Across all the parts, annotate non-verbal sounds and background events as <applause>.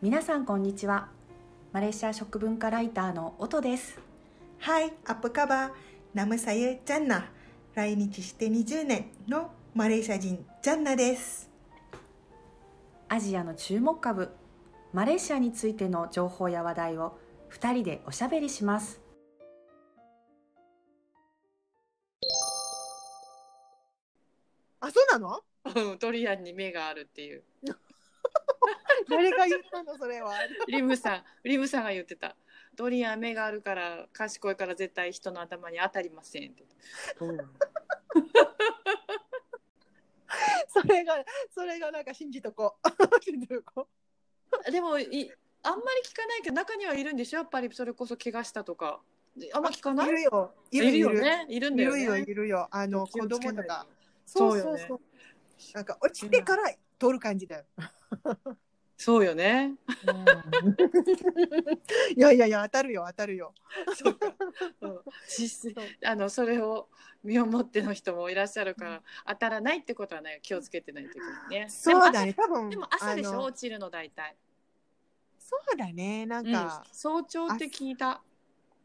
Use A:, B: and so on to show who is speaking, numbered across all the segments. A: 皆さんこんにちはマレーシア食文化ライターの音です
B: Hi, apa khabar? Nama saya Janna. 来日して20年のマレーシア人ジャンナです。
A: アジアの注目株マレーシアについての情報や話題を2人でおしゃべりします
B: あ、そうなの
C: うんドリアンに目があるっていう <laughs>
B: 誰が言ったのそれは。
C: リムさんリムさんが言ってたドリアン目があるから賢いから絶対人の頭に当たりませんって
B: それが、それがなんか信じとこ。 <laughs> 信じとこ。
C: でもいあんまり聞かないけど中にはいるんでしょやっぱりそれこそ怪我したとかであんま聞かない
B: いるよ。い
C: い
B: る
C: るよ
B: いる。
C: ねいるん
B: い
C: だよ
B: る
C: ね
B: よ、いるよ。あの、
C: 気
B: 子
C: をつけ
B: 供
C: な
B: と
C: い
B: か。
C: そうよね
B: そう。なんか落ちてから通る感じだよ。
C: そうよね
B: <laughs> いやいやいや、当たるよ、当たるよ。
C: そう <laughs> か、うん、実
B: そう
C: あのそれを身をもっての人もいらっしゃるから当たらないってことはない気をつけてないといけないね
B: そうだね、多分。
C: でも朝でも朝でし
B: あ
C: ょ
B: の
C: 落ちるの大体、
B: そうだね、なん
C: うん
B: か、。
C: 早朝って聞いた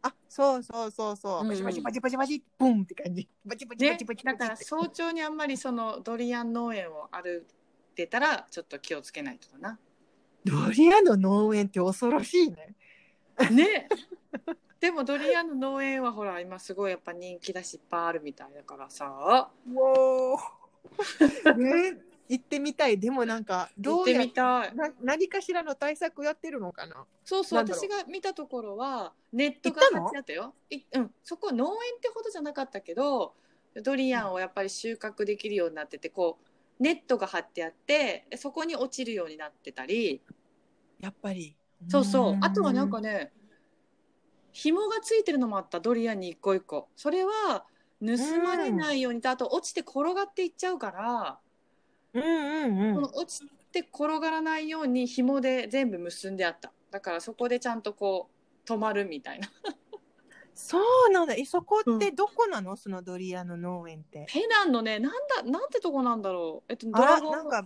B: あ、そうそうそうそうう。
C: ん
B: バチバチバチバチバチ、ブンって感じ。バチバチバ
C: ね
B: チバチバ
C: だ
B: チ。
C: から早朝にあんまりそのドリアン農園を歩いてたらちょっと気をつけないとだな。
B: ドリアの農園って恐ろしいね。 <laughs>
C: ねでもドリアンの農園はほら今すごいやっぱ人気だしいっぱいあるみたいだからさ
B: わー <laughs> ね、行ってみたい。でもなんか、
C: 行
B: ど
C: っ
B: う
C: て
B: や
C: みたい。
B: な何かしらの対策やってるのかな。
C: そうそう
B: なんだろう
C: 私が見たところはネットが
B: 行ったの
C: 貼ってあったよ。いうん、そこは農園ってほどじゃなかったけどドリアンをやっぱり収穫できるようになっててこうネットが張ってあってそこに落ちるようになってたり。
B: やっぱり。
C: そうそう
B: ー
C: あとはなんか。ね紐がついてるのもあったドリアンに一個一個それは盗まれないようにとあと落ちて転がっていっちゃうから、
B: うんうんう
C: こ
B: ん。
C: の落ちて転がらないように紐で全部結んであっただからそこでちゃんとこう止まるみたいな
B: そうなんだ。え、そこって
C: う
B: どこなの、そのドリアの農園って。
C: ペナンのねなんだなんてとこなんだろうえっとド
B: あ
C: ラ
B: ら、
C: ゴ
B: なん
C: ン
B: か、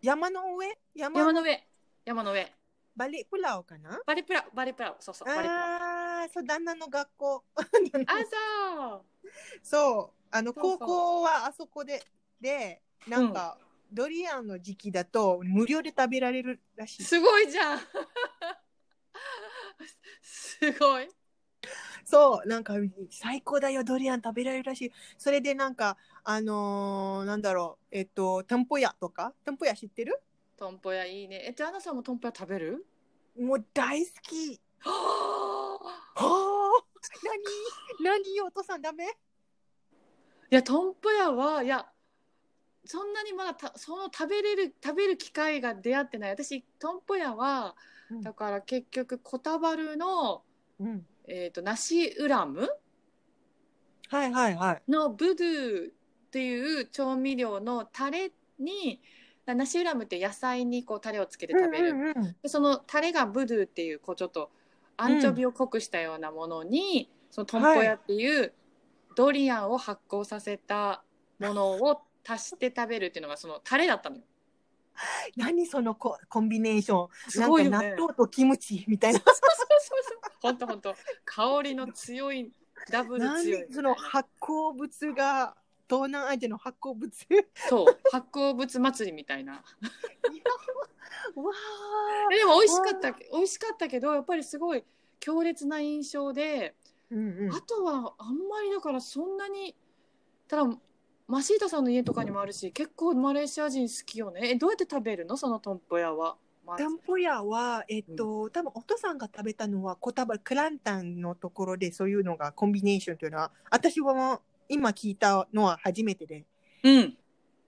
B: 山の上山
C: 山の上山の上
B: バリプラオかな
C: バリプラバリプラそうそうバリプラ
B: ああー、そう、旦那の学校。
C: あそう
B: そうあの
C: そうそ
B: 高
C: う
B: 校はあそこででなんか、ドリアンの時期だと無料で食べられるらしい
C: すごいじゃんすごい
B: そうなんか最高だよドリアン食べられるらしいそれでなんかあのーなんだろうえっとタンポヤとかタンポヤ知ってる
C: トンポヤいいね。え、じゃあ、アナさんもトンポヤ食べる。
B: もう大好き
C: はあ
B: はあ何何お父さんダメ
C: いや、トンポヤは、いや。そんなにまだた、その食べれる、食べる機会が出会ってない。私、トンポヤは
B: うん。
C: だから、結局、コタバルの。
B: うん
C: えっ、と、ナシウラム
B: はいはいはい
C: のブドゥっていう調味料のタレに。ナシウラムって野菜にこうタレをつけて食べる。
B: うんうんうん
C: でそのタレがブドゥっていうこうちょっとアンチョビを濃くしたようなものに、そのトンポヤっていうドリアンを発酵させたものを足して食べるっていうのがそのタレだったのよ。
B: 何そのココンビネーション
C: すごいよね。
B: なんか納
C: そう
B: 豆とキムチみたいな
C: そうそう <laughs> 本当本当香りの強いダブル
B: なん
C: 強
B: で
C: い
B: その発酵物が東南アジアの発酵物
C: そう発酵物祭りみたいな。
B: わあ、
C: えでも美味しかった美味しかったけどやっぱりすごい強烈な印象で。
B: うんうん
C: あ、とはあんまりだからそんなにただマシータさんの家とかにもあるし結構マレーシア人好きよねえどうやって食べるのそのトンポ屋は、まず
B: タンポヤはえっと、多分お父さんが食べたのはコタバクランタンのところでそういうのがコンビネーションというのは私はもう今聞いたのは初めてで
C: うん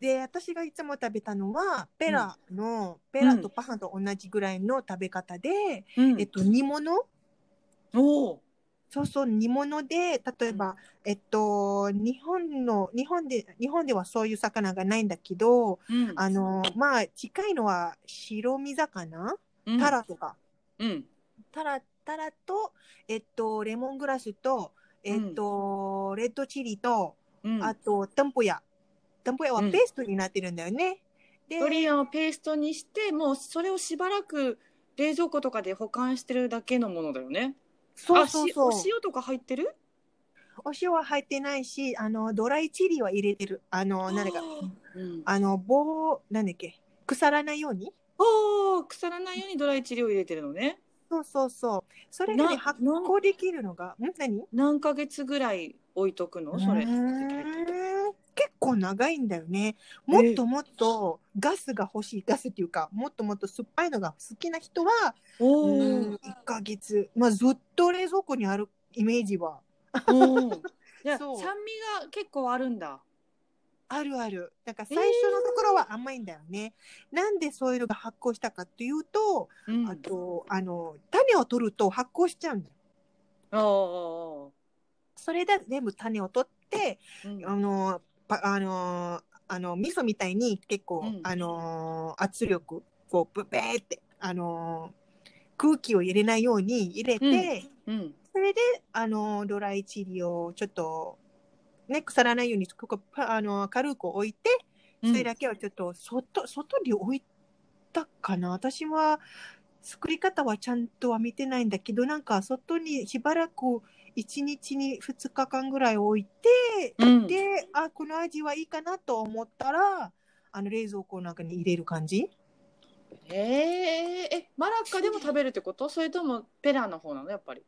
B: で私がいつも食べたのはペラの、ペラとパハンと同じぐらいの食べ方で、
C: うん
B: えっと煮物
C: おお
B: そうそう煮物で例えば、
C: う
B: えっと日本の日本で日本ではそういう魚がないんだけど
C: うん
B: あのまあ近いのは白身魚
C: うん
B: タラとか、
C: うん
B: タラタラとえっとレモングラスとえっと、レッドチリと
C: うん
B: あとタンポヤタンポヤは
C: う
B: ペ
C: ん
B: ーストになってるんだよね、で
C: ドリアンをペーストにしてもうそれをしばらく冷蔵庫とかで保管してるだけのものだよね。
B: そうそうそう
C: あしお塩とか入ってる
B: お塩は入ってないしあのドライチリは入れてるあの何だか
C: うん、あ
B: あの棒なんだっけ腐らないように
C: あ腐らないようにドライチリを入れてるのね。
B: そうそうそうそれが、ね、
C: な
B: 発酵できるのがん何
C: 何ヶ月ぐらい置いとくのそれ
B: う。ーん結構長いんだよねもっともっとガスが欲しいガスっていうかもっともっと酸っぱいのが好きな人は
C: お
B: う
C: ー
B: ん1ヶ月、まあ、ずっと冷蔵庫にあるイメージは <laughs>
C: おーじゃあ酸
B: そう
C: 味が結構あるんだ。
B: あるあるだから最初のところは甘いんだよね、なんでそういうのが発酵したかっていうと、
C: うん、
B: あとあの種を取ると発酵しちゃうんだよ
C: あー
B: それで全部種を取って
C: うん
B: あの、パあの、あの、味噌みたいに結構、
C: うん
B: あの、圧力、こう、ブベーって、あの、空気を入れないように入れて、
C: うんうん
B: それで、あの、ドライチリをちょっと、ね、腐らないように、ここ、パあの、軽く置いて、
C: うん
B: それだけはちょっと、外、外に置いたかな。私は、作り方はちゃんとは見てないんだけど、なんか、外にしばらく、1日に2日間ぐらい置いて、
C: うん
B: で、あ、この味はいいかなと思ったら、あの冷蔵庫の中に入れる感じ
C: えー、えマラッカでも食べるってことそれともペラの方なのやっぱり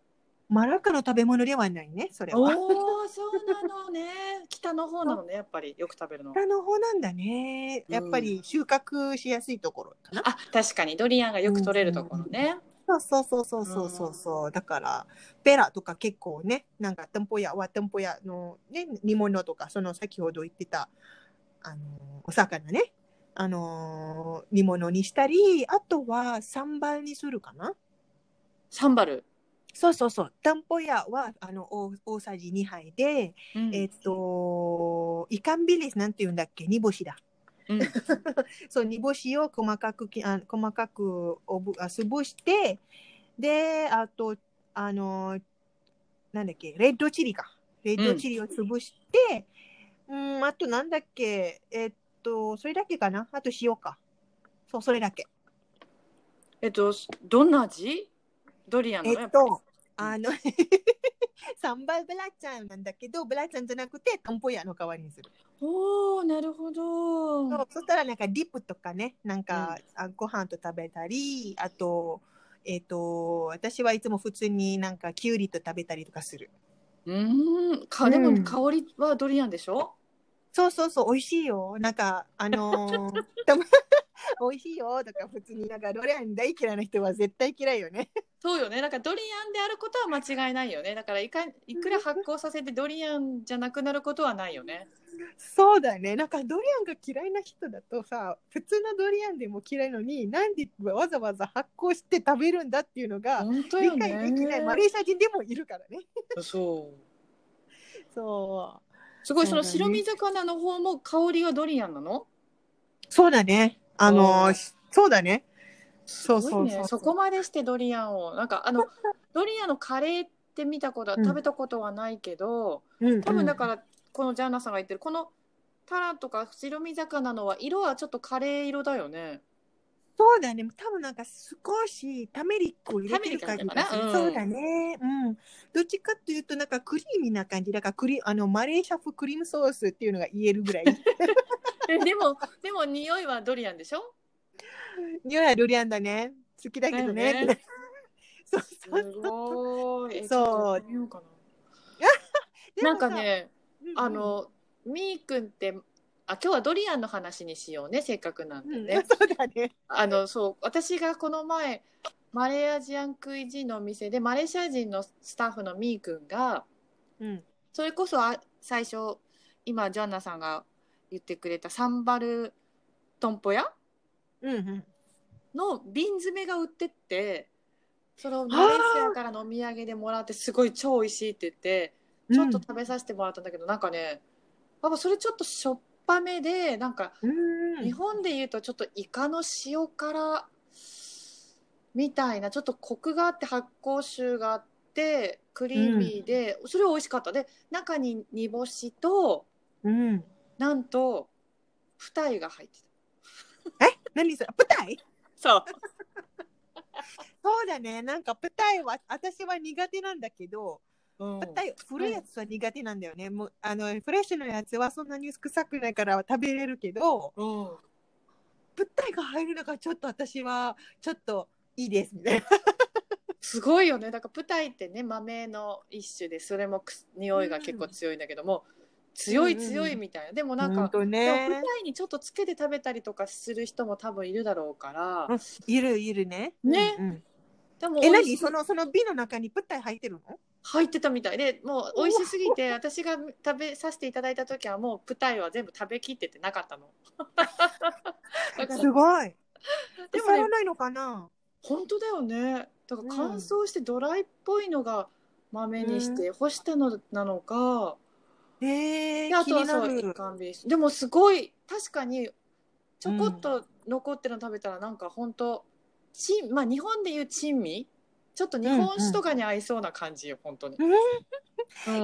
B: マラカの食べ物ではないね、それ
C: お
B: は。
C: おそうなのね北の方なのねやっぱりよく食べるの
B: あの方なんだね。やっぱり収穫しやすいところかな。
C: あ確かにドリアンがよく取れるところね
B: そうそうそうそうそうそうそう。だから、ペラとか結構ね、なんか、テンポやはテンポやの、ね、煮物とか、その先ほど言ってた、あの、お魚ね、あの、煮物にしたり、あとは三番にするかな。
C: サンバル、
B: そうそうそう。タンポヤは、あの、大大さじ2杯で、
C: うん
B: えっと、イカンビレスなんて言うんだっけ煮干しだ。
C: うん
B: <laughs> そう、煮干しを細かくき、あ細かくおぶあ潰して、で、あと、あの、なんだっけ、レッドチリか。レッドチリを潰して、うん、あとなんだっけ、えっと、それだけかな。あと塩か。そう、それだけ。
C: えっとどんな味ドリアンの
B: え
C: や
B: っ
C: ぱり
B: と、あの、 <laughs> サンバルブラちゃんなんだけど、ブラちゃんじゃなくて、タンポヤの代わりにする。
C: おおなるほど
B: そうそしたら、なんか、ディップとかね、なんか、あご飯と食べたり、あと、えっ、と、私はいつも普通になんか、きゅうりと食べたりとかする。
C: うーんかで
B: う
C: も
B: ん
C: 香りはドリアンでしょ
B: そうそうそう、美味しいよ。なんか、あ <laughs> のーたま美味しいよとか、普通になんか、ロレアン大嫌いな人は絶対嫌いよね。
C: そうよね。なんかドリアンであることは間違いないよね。だからいかいくら発酵させてドリアンじゃなくなることはないよね。
B: そうだね。なんかドリアンが嫌いな人だとさ、普通のドリアンでも嫌いのに、なんでわざわざ発酵して食べるんだっていうのが、
C: 本当
B: 理
C: よ
B: 解できないマ
C: ね。
B: レーシア人でもいるからね。
C: そう。
B: そ
C: すごいその
B: そうだ
C: 白
B: ね
C: 身魚の方も香りはドリアンなの？
B: う。そうだね。あの
C: うん
B: ー、そうだね。そう
C: す
B: そ
C: ごいうね
B: そう。
C: そこまでしてドリアンをなんかあのドリアンのカレーって見たことは
B: うん
C: 食べたことはないけど、
B: うん、
C: 多分だかららこのジャンナさんが言ってるこのタラとか白身魚のは色はちょっとカレー色だよね。
B: そうだね。多分なんか少しタメリックを入れてる感じがする
C: タメリックなのかなうん
B: そうだね。うん。どっちかっていうと、なんかクリーミーな感じ。だからクリ、あの、マレーシア風クリームソースっていうのが言えるぐらい。
C: えでもでも匂いはドリアンでしょ？
B: ニューアルリアンだね。好きだけど
C: だ
B: ね。
C: よね
B: <laughs> そう
C: す
B: そうそう。
C: ごい。え
B: そう
C: ちょっと見ようかな。なんかね、
B: でもさ、
C: あの、みーくんって、あ、今日はドリアンの話にしようね、せっかくなん
B: うん、
C: で
B: うん
C: ね。
B: そうだね。
C: あの、そう、私がこの前、マレーシアンクイジのお店で、マレーシア人のスタッフのみーくんが、
B: うん。
C: それこそあ最初、今、ジョアンナさんが言ってくれたサンバルトンポ屋
B: うんうん。
C: の瓶詰めが売ってって、それをマレーシアからのお土産でもらって、すごい超美味しいって言って、ちょっと食べさせてもらったんだけど、なんかね、やっぱそれちょっとしょっぱめで、なんか
B: うん、うん
C: 日本で言うとちょっとイカの塩辛みたいな、ちょっとコクがあって発酵臭があって、クリーミーで、それは美味しかった。で、中に煮干しと、
B: うん。
C: なんと、二重が入ってた。
B: 何それプタイ
C: そう。
B: <laughs> そうだね。なんかプタイは私は苦手なんだけど、
C: うん
B: プタイ古いやつは苦手なんだよね。もうあのフレッシュのやつはそんなに臭くないから食べれるけど、
C: うん
B: プタイが入るのがちょっと私はちょっといいですみたいな。
C: すごいよねだから舞台ってね豆の一種でそれもくす匂いが結構強いんだけども、強い強いみたいなでもなん
B: ほ
C: か、
B: と
C: でも
B: ね。
C: 舞台にちょっとつけて食べたりとかする人も多分いるだろうから、
B: うんいるいるね。
C: ね
B: うんうん
C: でも
B: え、
C: 美味
B: 何
C: し
B: そのその瓶の中にプタイ入ってるの？
C: 入ってたみたいでもう美味しすぎて私が食べさせていただいた時はもう舞台は全部食べきっててなかったの。だから
B: すごい。
C: で
B: で
C: も
B: も
C: ね
B: ないのかな。
C: 本当だよねだから乾
B: うん
C: 燥してドライっぽいのが豆にして干したのなのか、
B: え
C: であ
B: ー、
C: と
B: 気
C: は
B: に
C: そ
B: な
C: う一
B: る。
C: 貫ビースでもすごい確かにちょこっと残ってるの食べたらなんか本当チンまあ日本でいう珍味ちょっと日本酒とかに合いそうな感じよ本当に、
B: うん
C: うん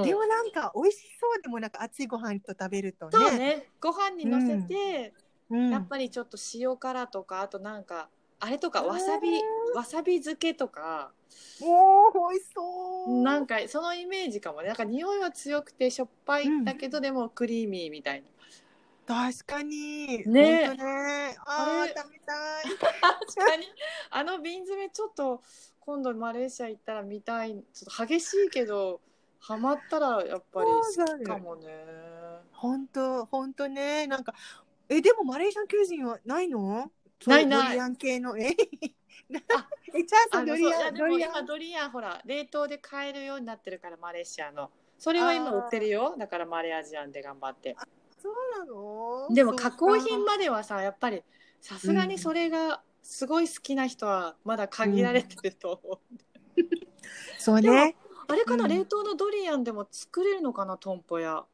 B: でもなんか美味しそうでもなんか熱いご飯と食べるとね。
C: そうねご飯にのせて、
B: うん。
C: やっぱりちょっと塩辛とかあとなんかあれとかわさび
B: へ
C: わさび漬けとか
B: おー美味しそう。
C: なんかそのイメージかもねなんか匂いは強くてしょっぱいんだけど、でもクリーミーみたいな
B: 確かに。
C: ね
B: ほんとね。あ
C: あれ
B: あ食べたい。
C: 確かに <laughs> あの瓶詰めちょっと今度マレーシア行ったら見たいちょっと激しいけどハマったらやっぱり好きかもね
B: 本当本当ねなんかえでもマレーシアン求人はないの？
C: ないない
B: そうドリアン系のえ。 <laughs> な
C: あ
B: えチャー
C: あ
B: さん
C: の
B: ド
C: そうい
B: リア
C: や
B: ン
C: で
B: ド
C: も
B: リアン
C: 今。ドリアンほら冷凍で買えるようになってるからマレーシアのそれは今売ってるよだからマレーシアンで頑張って
B: そうなの？
C: でも
B: そう
C: 加工品まではさやっぱりさすがにそれがすごい好きな人はまだ限られてると思う、
B: そう
C: で
B: ね。
C: あれかな、
B: うん
C: 冷凍のドリアンでも作れるのかなトンポや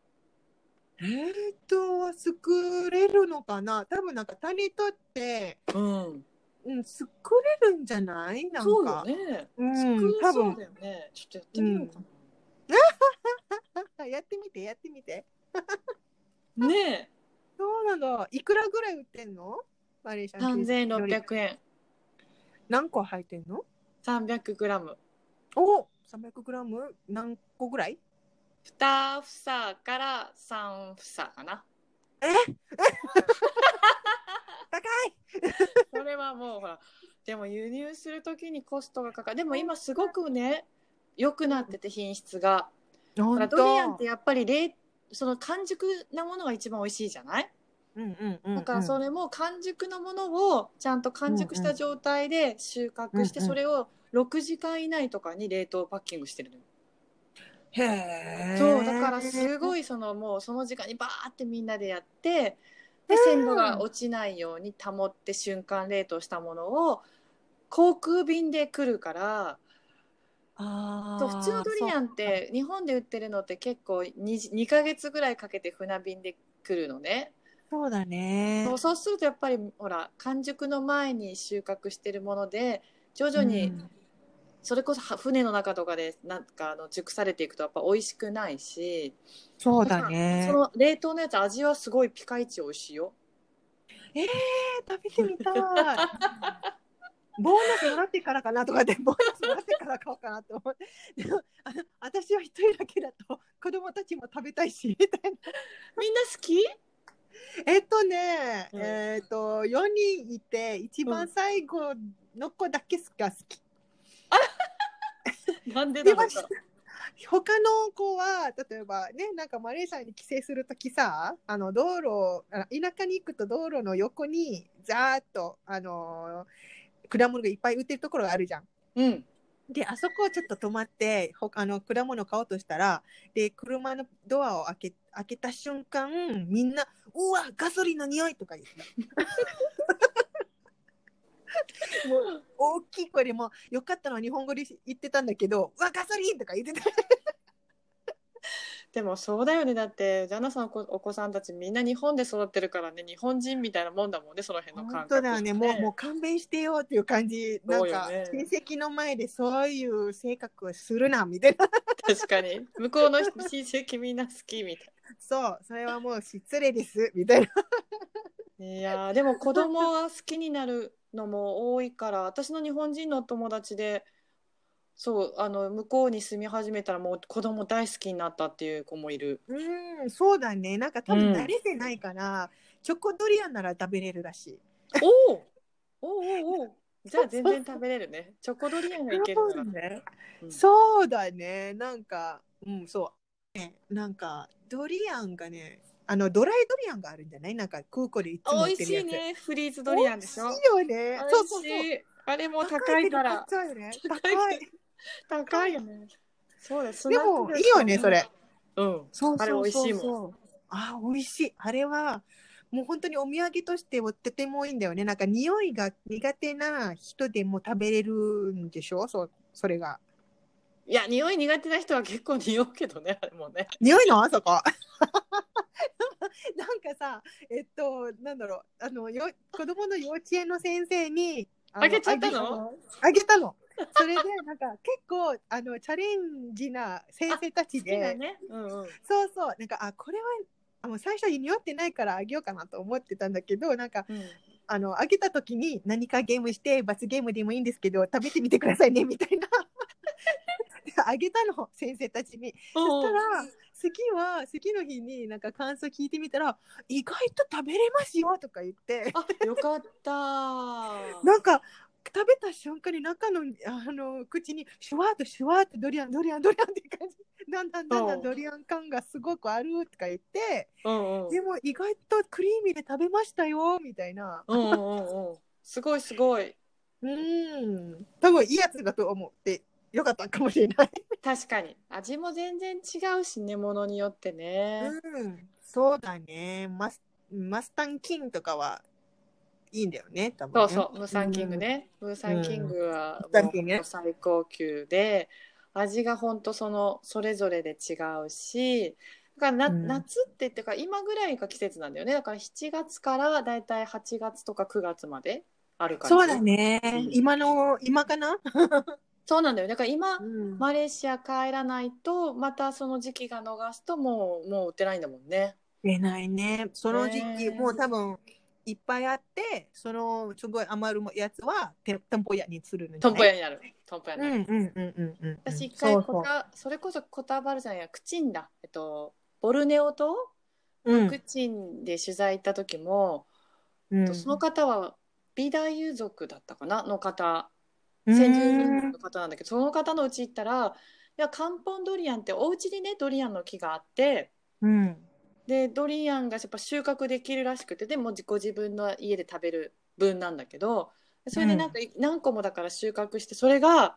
B: えーとは作れるのかな多分なんか他にとって、
C: うん
B: うん、作れるんじゃないなんか
C: そうよね
B: うん
C: 作れ
B: 多
C: そう
B: 分
C: だよね。ちょっとやってみようか
B: あやってみてやってみて
C: な。ね
B: そうなのいくらぐらい売ってんのマレーシ
C: え、
B: ア
C: 三
B: ン
C: 千六百円、
B: 何個入ってんの
C: 三百グラム。
B: お三3 0 0ム何個ぐらい
C: 二房から三房かな。
B: <laughs> 高い
C: それはもうほら、でも輸入するときにコストがかかる。でも今すごくね、良くなってて品質が。ほら
B: 本当
C: ドリアンってやっぱり冷その完熟なものが一番美味しいじゃない？
B: うんうんうん、うん、
C: だからそれも完熟のものをちゃんと完熟した状態で収穫して、
B: うんうん
C: それを6時間以内とかに冷凍パッキングしてるのよ。
B: へえ
C: そうだからす
B: い
C: ごいそのもうその時間にバーってみんなでやってで鮮度が落ちないように保って瞬間冷凍したものを航空便で来るから
B: あ
C: そう普通のドリア
B: ン
C: ンって日本で売ってるのって結構 2, 2ヶ月ぐらいかけて船便で来るのね
B: そうだね
C: そうそうするとやっぱりほら完熟の前に収穫してるもので徐々に
B: うん
C: それこそは船の中とかでなんかあの熟されていくとやっぱ美味しくないし。
B: そうだね
C: その冷凍のやつ味はすごいピカイチ美味しいよ。
B: 食べてみた <laughs> い。ボーナスもらってからかなとかでボーナスもらってから買おうかなと思ってでもあの私は一人だけだと子供たちも食べたいしみたいな
C: みんな好き？
B: えっとね、
C: うん
B: えっと4人いて一番最後の子だけが好き、
C: <laughs> なんでだろ
B: 出ま
C: う
B: し
C: か
B: た。他の子は例えばねなんかマレーシアに帰省するときさあの道路あ田舎に行くと道路の横にザーッとあの果物がいっぱい売ってるところがあるじゃん
C: うん。
B: で、あそこをちょっと止まって、ほあの果物買おうとしたら、で、車のドアを開け開けた瞬間、みんな、うわ、ガソリンの匂いとか言
C: <laughs>
B: った。もう大きい声でもうよかったのは日本語で言ってたんだけど「うわガソリン!」とか言ってた
C: でもそうだよねだってジャンナさんのお子お子さんたちみんな日本で育ってるからね日本人みたいなもんだもんねその辺の
B: 本
C: 感
B: 当
C: 覚。
B: だよねもうもう勘弁してよっていう感じなん
C: そうよ
B: か
C: ね
B: 親戚の前でそういう性格をするなみたいな
C: 確かに向こうの人親戚みんな好きみたい
B: そうそれはもう失礼ですみたいな
C: いやーでも子供は好きになるのも多いから私の日本人の友達でそうあの向こうに住み始めたらもう子供大好きになったっていう子もいる
B: うん、そうだね。なんか多分慣れてないから、チョコドリアンなら食べれるらしい。
C: おおおおおお <laughs> じゃあ全然食べれるねチョコドリアンがいける
B: そう
C: な
B: だ
C: ら
B: ね
C: う。ん
B: そうだね。なんか、うん、そう。ね、なんか、ドリアンがね、あの、ドライドリアンがあるんじゃないなんか、空港でいつも売
C: 美
B: っ
C: 味
B: てる
C: し
B: や
C: い
B: つ。
C: ねフリーズドリアンでしょ
B: 美味しいよね。そうそう
C: 美味
B: そう。
C: しいあれも高いから
B: 高いよね。
C: 高
B: 高
C: い
B: い。
C: 高いよねそうです
B: でも、いいよね、それ。
C: うん
B: そうそうそう
C: あれ美味しいも
B: もん。あ、美味しい。あれは、もう本当にお土産としてとてもいいんだよね。なんか匂いが苦手な人でも食べれるんでしょそう、それが。
C: いや匂い苦手な人は結構匂うけどねあれもね
B: 匂いのあそこ。 <laughs> なんかさ、えっと、なんだろう、あの、よ子供の幼稚園の先生に、の
C: あげちゃったの
B: あげたの。それで、なんか結構、あの、チャレンジな先生たち
C: 好きだ
B: で、
C: ねうんうん
B: そうそう、なんか、あ、これは、あもう最初に匂ってないからあげようかなと思ってたんだけど、なんか、
C: うん
B: あの、あげた時に何かゲームして、罰ゲームでもいいんですけど、食べてみてくださいね、みたいな。 <laughs> あげたの、先生たちに。そしたら次は次の日になんか感想聞いてみたら意外と食べれますよとか言って
C: あよかった
B: <laughs> なんか食べた瞬間に中のあの口にシュワーとシュワーってドリアンドリアンドリアンって感じだんだんだんだ
C: そうん
B: ドリアン感がすごくあるとか言って
C: うんうん
B: でも意外とクリーミーで食べましたよみたいな
C: うんうんうんすごいすごい
B: うん多分いいやつだと思ってよかったかもしれない。
C: 確かに味も全然違うしねものによってね、
B: うん、そうだねマスマスタンキンとかはいいんだよね多分
C: そ
B: ね
C: うそうムーサンキングね、ムーサンキングは
B: うんムーサ
C: も
B: ンキングね
C: う最高級で味がほんとそのそれぞれで違うしだからな、
B: うん
C: 夏ってっていうか今ぐらいが季節なんだよねだから7月からだいたい8月とか9月まである感じ
B: そうだね、
C: ん
B: 今の今かな、
C: そうなんだよだから今、
B: うん
C: マレーシア帰らないとまたその時期が逃すともうもう売ってないんだもんね
B: 出ないねその時
C: ね
B: 期もう多分いっぱいあってそのすごい余るやつはて店舗屋にするのじゃな
C: トン
B: い
C: ポ屋になるトンポ屋に
B: う
C: な
B: んう
C: る、
B: んうんうんうん
C: 私一回
B: そう
C: コ
B: そう
C: タそれこそコタバルじゃないやクチンだえっとボルネオ島
B: うん
C: クチンで取材行った時も、
B: うん
C: その方は美大友族だったかなの方先住民族の方なんだけど、その方のうち行ったら「いやカンポンドリアンってお家にねドリアンの木があって
B: うん
C: でドリアンがやっぱ収穫できるらしくてでもうご自分の家で食べる分なんだけどそれでなんか何個もだから収穫してそれが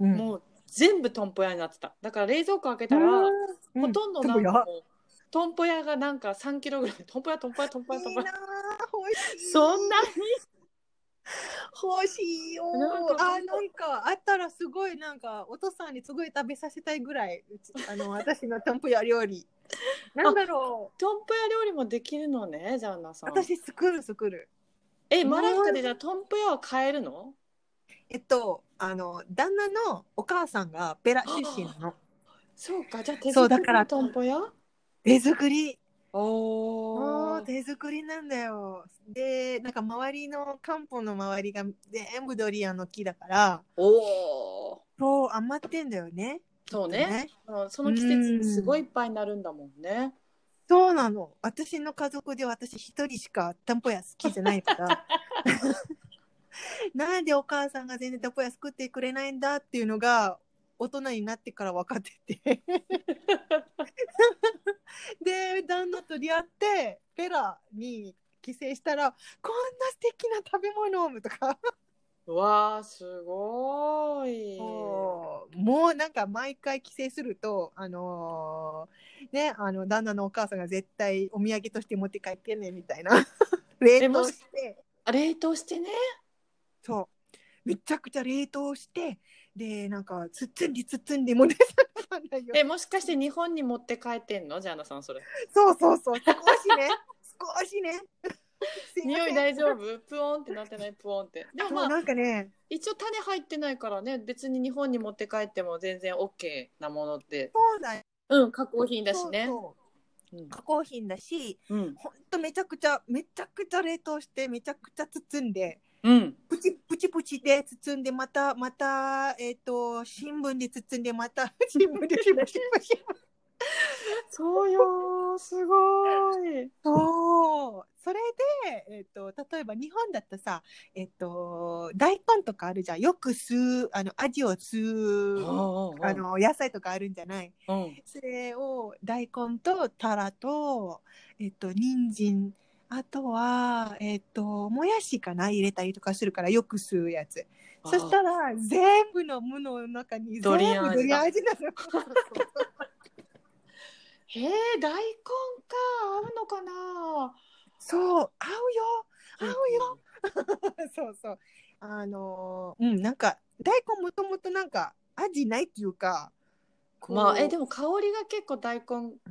B: うん
C: もう全部トンポ屋になってただから冷蔵庫開けたら、
B: うん
C: ほとんどなんかもうトンポ屋がなんか3キロぐらいトンポ屋トンポ屋トンポ
B: い
C: 屋
B: い
C: トンポ
B: な
C: 屋
B: あ欲しい
C: そんなに
B: 欲しいよ
C: なんか
B: あなんかあったらすごいなんかお父さんにすごい食べさせたいぐらいう
C: <laughs>
B: ちあの私のトンプや料理なんだろう
C: トンプヤ料理もできるのね、ジャンナさん。
B: 私作る作る
C: え、マラッカでじゃあトンプヤを買えるの
B: えっとあの旦那のお母さんがペラ出身なの
C: そうか、じゃあ手
B: そ
C: 作
B: うだ
C: り
B: か
C: の
B: ら
C: トンプヤ
B: 手作り
C: お
B: も
C: お
B: う。手作りなんだよでなんか周りの漢方の周りが全部ドリアンの木だから
C: おー
B: そう余ってんだよね
C: そうね。あのその季節すごいいっぱいになるんだもんね。
B: そうなの。私の家族で私一人しかタンポヤ好きじゃないから。なんでお母さんが全然タンポヤ作ってくれないんだっていうのが大人になってから分かってて。で、旦那と出会って、ペラに帰省したら、こんな素敵な食べ物とか。
C: うわあ、すごい。
B: もうもうなんか毎回帰省すると、あのーね、あの旦那のお母さんが絶対お土産として持って帰ってねみたいな冷凍して
C: あ冷凍してね。
B: そうめちゃくちゃ冷凍してでなんか包んで包んでもねさないよ
C: え、もしかして日本に持って帰ってんのジャンナさん、それ。
B: そうそうそう少しね少しね <laughs> すません
C: 匂い大丈夫プオンってなってないプオンって。でも
B: そ
C: ま
B: う
C: あ
B: な、んかね
C: 一応種入ってないからね別に日本に持って帰っても全然 OK なものって
B: そうだよ
C: うん加工品だしね
B: そうそう
C: うん
B: 加工品だし
C: うん
B: ほんとめちゃくちゃめちゃくちゃ冷凍してめちゃくちゃ包んで
C: うん
B: プチプチプチで包んでまたまたえっ、と新聞で包んでまた <laughs> 新聞で新聞新聞新聞
C: そうよーすごい
B: そうそれで、えっと例えば日本だったさ、えっと大根とかあるじゃんよく吸うあの味を吸うあ
C: あ
B: の
C: の
B: 野菜とかあるんじゃない
C: うん
B: それを大根とタラとえっと人参あとはえっともやしかな入れたりとかするからよく吸うやつそしたら全部の無の中に全部
C: ド
B: ド
C: リ
B: リ
C: アン
B: ア
C: 味だ
B: ン味なの
C: へえ大根か合うのかな
B: そう合うよ合うよ <laughs>
C: よ
B: そうそう。あのーうん、なんか、大根もともとなんか、味ないっていうか、こう
C: まあえでも香りが結構大根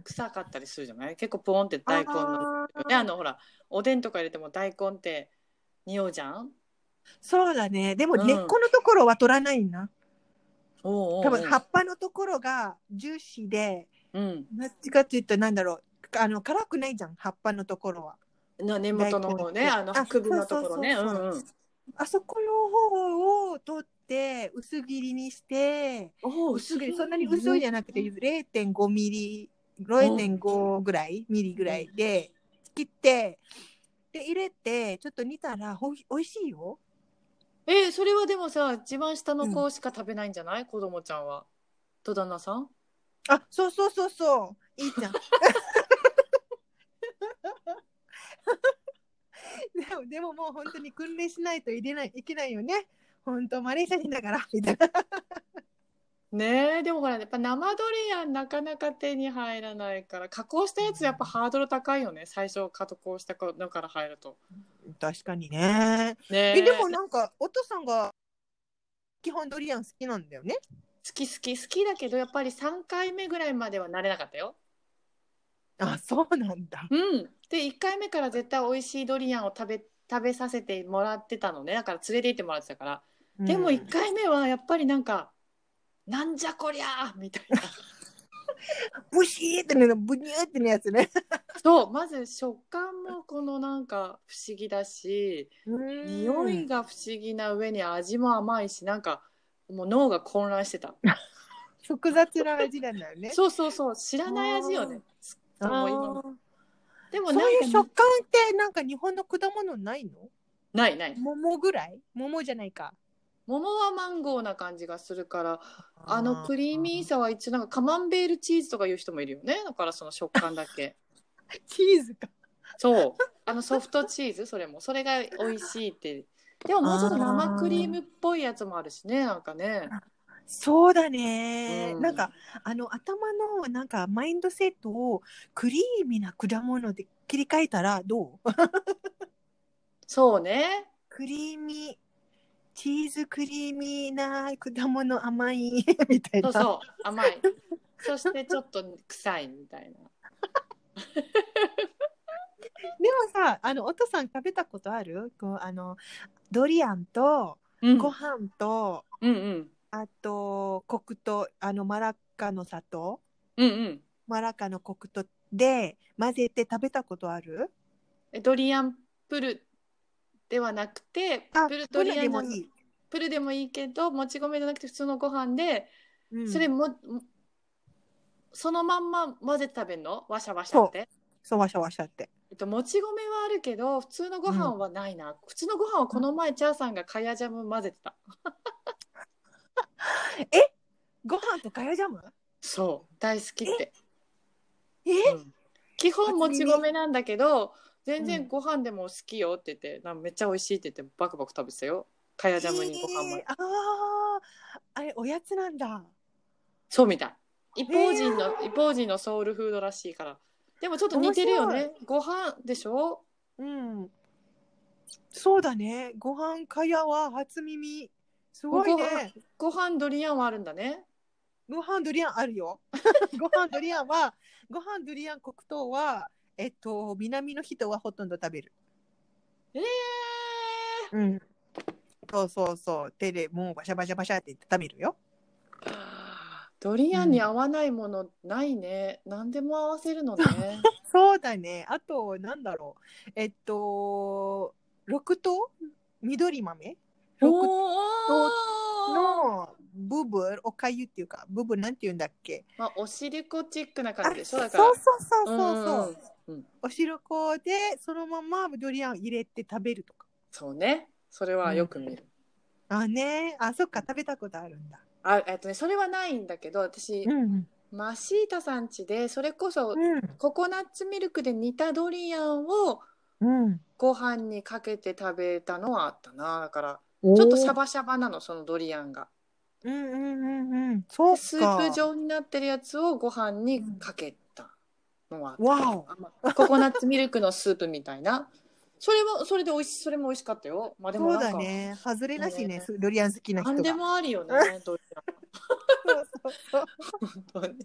C: 臭かったりするじゃない結構ポンって大根の
B: あー
C: ねあのほらおでんとか入れても大根って匂うじゃん
B: そうだね。でも、
C: うん
B: 根っこのところは取らないな。
C: おうおうおう
B: 多分、葉っぱのところがジューシーで、
C: うん
B: なっちかっていうと、なんだろう、あの、辛くないじゃん、葉っぱのところは。
C: な根元の方ね
B: 大根
C: あの
B: あ
C: 首のところねう
B: そうそ
C: ん
B: うそうそう
C: うん
B: あそこの方を取って、薄切りにして、
C: お
B: 薄切り、そんなに薄いじゃなくて、0.5ミリ、0.5ぐらい、ミリぐらいで、切って、で、入れて、ちょっと煮たら、ほい美味しいよ。
C: えーそれはでもさ一番下の子しか食べないんじゃない、子供ちゃんはと旦那さん
B: あ、そうそうそうそう。いいじゃん。 <laughs> でも、でももう本当に訓練しないと入れない、いけないよね。本当、マレーシア人だから、みたいな。
C: ねえでもほらやっぱ生ドリアンなかなか手に入らないから加工したやつやっぱハードル高いよね最初加工したのから入ると
B: <laughs> 確かにね。
C: ね
B: え、でもなんか、お父さんが、基本ドリアン好きなんだよね。
C: 好き好き好きだけどやっぱり3回目ぐらいまでは慣れなかったよ
B: あ、そうなんだ。
C: うんで1回目から絶対美味しいドリアンを食べ食べさせてもらってたのねだから連れて行ってもらってたからでも
B: うん
C: 1回目はやっぱりなんか「なんじゃこりゃ!」みたい
B: <laughs>
C: な
B: ブシーってね、ブニューってねやつね。
C: そうまず食感もこのなんか不思議だし匂いが不思議な上に味も甘いしなんかもう脳が混乱してた
B: 複雑な味なんだよね。
C: そうそうそう知らない味よね
B: あー
C: もう今でもなん
B: そういう
C: か
B: 食感ってなんか日本の果物ないの
C: ないない
B: 桃ぐらい桃じゃないか。
C: 桃はマンゴーな感じがするからあのクリーミーさは一応なんかカマンベールチーズとかいう人もいるよねだからその食感だ <laughs> け
B: ーチーズか。
C: そうあのソフトチーズそれもそれが美味しいってでももうちょっと生クリームっぽいやつもあるしねなんかね
B: そうだね、
C: うん
B: なんかあの頭のなんかマインドセットをクリーミーな果物で切り替えたらどう
C: そうね
B: クリーミーチーズクリーミーな果物甘い <laughs> みたい
C: そう
B: な。
C: そう甘いそしてちょっと臭いみたいな
B: でもさ、あの、お父さん食べたことあるこう、あの、ドリアンと、
C: うん
B: ご飯と、
C: うんうん
B: あと、黒糖、あの、マラッカの砂糖、
C: うんうん
B: マラッカの黒糖で混ぜて食べたことある
C: えドリアンプルではなくて
B: あ、
C: プル
B: ど
C: ド
B: れ
C: リア
B: で
C: ン
B: も
C: じゃない
B: いい。
C: プルでもいいけどもち米じゃなくて普通のご飯で
B: うん
C: それも、そのまんま混ぜて食べんのわしゃわしゃって。
B: そう、わしゃわしゃって。
C: えっと、もち米はあるけど普通のご飯はないな、普通のご飯はこの前チャーさんがかやジャム混ぜてた
B: ご飯とかやジャム
C: そう大好きって、
B: え
C: うん基本もち米なんだけど全然ご飯でも好きよって言って、なんかめっちゃ美味しいって言ってバクバク食べてたよかやジャムにご飯も、
B: えーああ、あれ、おやつなんだ。
C: そうみたい一方人の、一方人のソウルフードらしいからでもちょっと似てるよねご飯でしょ
B: うん。そうだね。ご飯かやは初耳。すごい
C: ご
B: ね
C: 飯。ご飯ドリアンはあるんだね
B: ご飯ドリアンあるよ。 <laughs> ご飯ドリアンは、ご飯ドリアン黒糖は、えっと、南の人はほとんど食べる。
C: えー、
B: うん。そうそうそう。手でもうバシャバシャバシャって食べるよ。
C: ドリアンに合わないものないね、何でも合わせるのね
B: そうだね。あと、なんだろう。えっと、緑豆緑豆緑
C: おー
B: のブブ、おかゆっていうか、ブブなんて言うんだっけ。
C: まあ、おしりこチックな
B: あ
C: 感じでしょ
B: そう
C: だから
B: そうそうそうそう。
C: うんうんうん
B: おしるこで、そのままドリアン入れて食べるとか。
C: そうねそれはよく見る、
B: あね、あ、そっか、食べたことあるんだ。
C: あえっとねそれはないんだけど私、
B: うん。
C: マシータさん家でそれこそ
B: うん。
C: ココナッツミルクで煮たドリアンを
B: うん。
C: ご飯にかけて食べたのはあったなだから
B: ちょ
C: ちょっとシャ。バシャバなのそのドリアンが
B: うんうんうんうん。そうか。
C: スープ状になってるやつをご飯にかけたのはあった
B: わお。
C: あまあココナッツ <laughs> ミルクのスープみたいなそれはそれで美味しそれも美味しかったよまあでも
B: そ
C: な
B: うんだ
C: か
B: ね。外れなしね
C: ね、
B: ドリアン好きな人
C: 何
B: が。
C: でもありよねドリ
B: <laughs> そうそうそう
C: アン本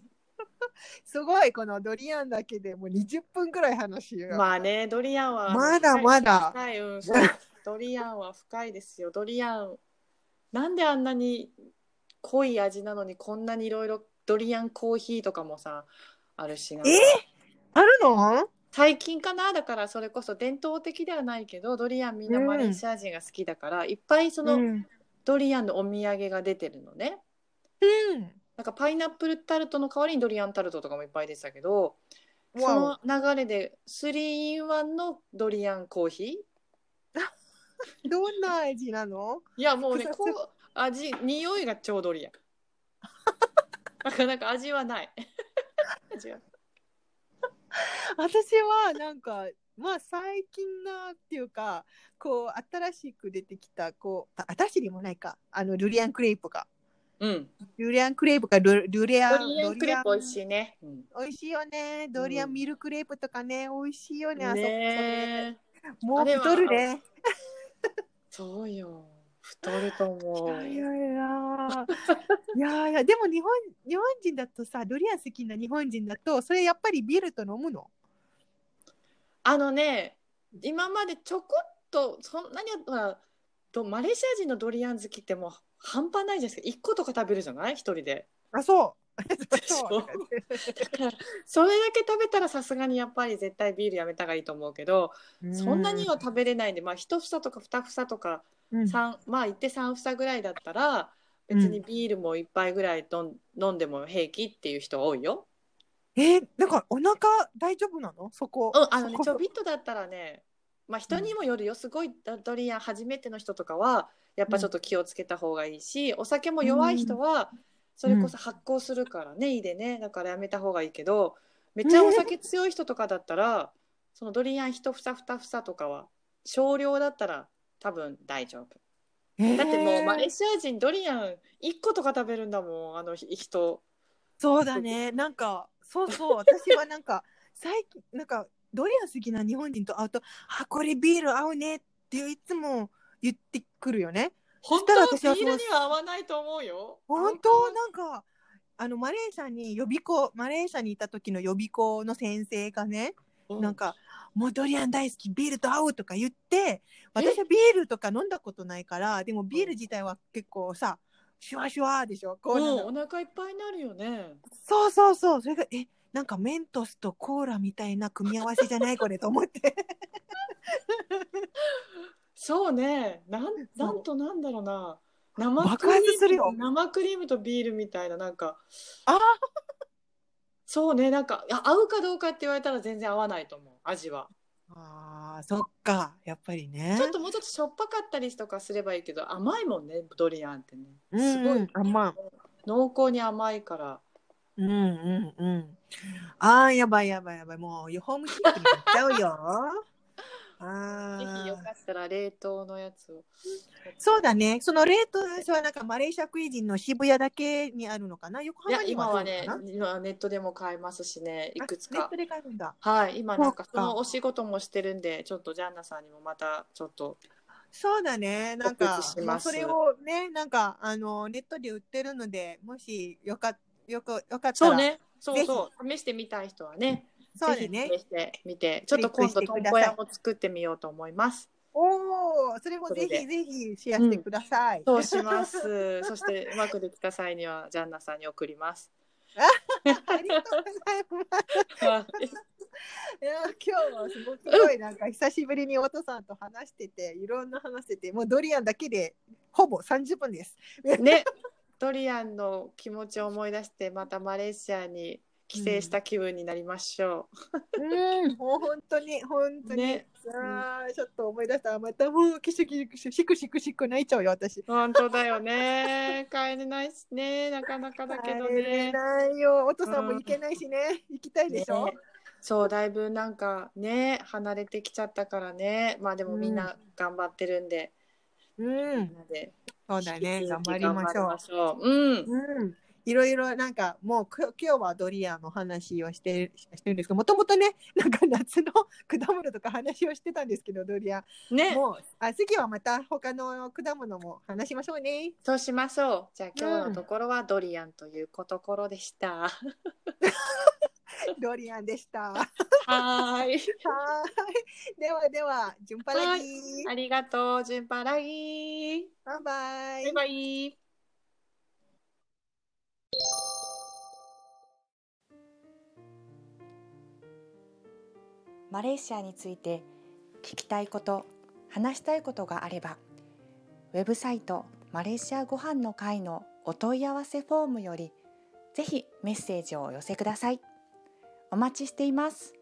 B: すごい、このドリアンだけでもう20分くらい話しよ <laughs>
C: 当
B: う。
C: にまあねドリアンは
B: まだまだ。
C: はい、うん、そうドリアンは深いですよ。ドリアン。なんであんなに濃い味なのにこんなにいろいろドリアンコーヒーとかもさ、あるしな。
B: えあるの
C: 最近かなだからそれこそ伝統的ではないけど、ドリアンみんな
B: うん
C: マレーシア人が好きだから、いっぱいその
B: ん。
C: ドリアンのお土産が出てるのね。なんかパイナップルタルトの代わりにドリアンタルトとかもいっぱい出てたけど、
B: わ
C: その流れで 3-in-1 のドリアンコーヒー
B: おどんな味なの
C: いやもうね
B: 複
C: こ
B: 雑
C: う味匂いがちょうど <laughs> りやなかなか味はない味は
B: 私はなんかまあ最近なっていうかこう新しく出てきたこうあ新しいでもないかあのルリアンクレープか
C: うん
B: ルリアンクレープかルルリア
C: ド
B: ン
C: リアンクレープ美味
B: い
C: しいね、うん、
B: 美味しいよねドリア
C: うん
B: ンミルクレープとかね、美味しいよねあそこ
C: ねえ
B: もう太るね
C: そうよ太ると <laughs>
B: い
C: 思
B: や
C: う
B: いや <laughs> いやいやいやでも日本日本人だとさドリアン好きな日本人だとそれやっぱりビールと飲むの
C: あのね今までちょこっとそんなにほらとマレーシア人のドリアン好きってもう半端ないじゃないですか1個とか食べるじゃない一人で
B: あそう
C: でしょ
B: <laughs> そう
C: それだけ食べたらさすがにやっぱり絶対ビールやめた方がいいと思うけどそんなには食べれないんで、まあ、1房とか2房とか、
B: うん
C: 三まあ、言って3房ぐらいだったら、別にビールも1杯ぐらいどん飲んでも平気っていう人が多いよ。
B: えー、なんかお腹大丈夫なのそこ。
C: うん、あのね
B: そ、こ
C: ちょびっとだったらね、まあ、人にもよるよ、すごいドドリアン初めての人とかは、やっぱちょっと気をつけた方がいいし、お酒も弱い人は、それこそ発酵するからね、いいでね、だからやめた方がいいけど、めっちゃお酒強い人とかだっ
B: <laughs>
C: たら、そのドリアン1房2房とかは、少量だったら多分大丈夫。
B: えー
C: だってもうマレーシア人ドリアン1個とか食べるんだもんあのひ人
B: そうだね。なんかそうそう私はなんか最近なんかドリアン好きな日本人と会うとあこれビール合うねっていつも言ってくるよね。
C: 本
B: た
C: 当
B: ら
C: は
B: 私
C: ビ
B: は
C: ール
B: そう
C: には合わないと思うよ
B: 本当なんかあのマレーシアに予備校マレーシアにいた時の予備校の先生がね
C: 当
B: なんかもうドリアン大好きビールと合うとか言って私はビールとか飲んだことないからでもビール自体は結構さシュワシュワでしょこ
C: う
B: うんなんだろう
C: お腹いっぱいになるよね
B: そうそうそう。それが、え、なんかメントスとコーラみたいな組み合わせじゃないこれと思って。
C: そうねなん
B: そう
C: なんとなんだろうな生
B: 爆発するよ
C: 生クリームとビールみたいななんか
B: あー
C: そうねなんかいや合うかどうかって言われたら全然合わないと思う味は
B: ああ、そっか。やっぱりね
C: ちょっともうちょっとしょっぱかったりとかすればいいけど甘いもんねドリアンってねすご
B: う
C: い、
B: んうん甘
C: 濃厚に甘いから
B: うんうんうん。ああ、やばいやばいやばい。もう、ホームシックになっちゃ
C: <laughs>
B: うよ。あ
C: ぜひよ
B: あ。
C: かったら冷凍のやつを。
B: そうだね。その冷凍の人はなんかマレーシアクイ人の渋谷だけにあるのかな横
C: いや
B: 浜に
C: 今
B: は
C: は
B: あるの
C: ね
B: かな
C: 今はネットでも買えますしねいくつ
B: あネッ
C: か
B: ト。で買えるんだ。
C: はい今なんか
B: そっ
C: そ
B: か
C: のお仕事もしてるんでちょっとジャンナさんにもまたちょっと
B: そうだね。なんか
C: 告知し、
B: ま
C: ま
B: あ、
C: す
B: それをね、なんか、あの、ネットで売ってるので、もし、よか、よく、よかったら。
C: そう。ねそうそう試してみたい人はね
B: そう
C: ぜ
B: だ
C: ひ
B: ね
C: 試。してみてちょっと今度とんぽ屋も作ってみようと思います。
B: おお、それもぜ
C: それ
B: ひ
C: で
B: ぜひシェアしてください。
C: そうします。そしてうまくできた際にはジャンナさんに送ります。
B: <laughs> ありがとうございます。
C: はい
B: いや今日はすごくすごいなんか久しぶりにお父さんと話してていろんな話しててもうドリアンだけでほぼ30分です。
C: <laughs> ね、ドリアンの気持ちを思い出してまたマレーシアに帰省した気分になりましょ
B: うん、もう本当に本当
C: う。
B: に、
C: ね、
B: あーちょっと思い出したらまたもうキシキシシクシクシク泣いちゃうよ私。
C: 本当だよね。帰れないしね、なかなかだけど
B: 帰れ
C: ね。
B: ないよお父さんも行けないしね、行きたいでしょ。
C: ねそうだいぶなんかね離れてきちゃったからねまあでもみんな頑張ってるんで、
B: う
C: み
B: ん
C: ん、なで
B: そうだね
C: 引き
B: 頑
C: 続き
B: 張りましょう。
C: ょううん
B: うん、いろいろなんかもうきょ今日はドリアンの話をしてしてるんですけどもともとねなんか夏の果物とか話をしてたんですけどドリアン
C: ね
B: もうあ次はまた他の果物も話しましょうね。
C: そうしましょうじゃあ今日のところはドリアンということころでした、
B: ドリアンでした。 <laughs> は
C: はーい
B: ーいではでは順番ラギー
C: ありがとう順パラギ
B: バイバイ
C: バイ。バイ
A: マレーシアについて聞きたいこと話したいことがあればウェブサイトマレーシアご飯の会のお問い合わせフォームよりぜひメッセージをお寄せくださいお待ちしています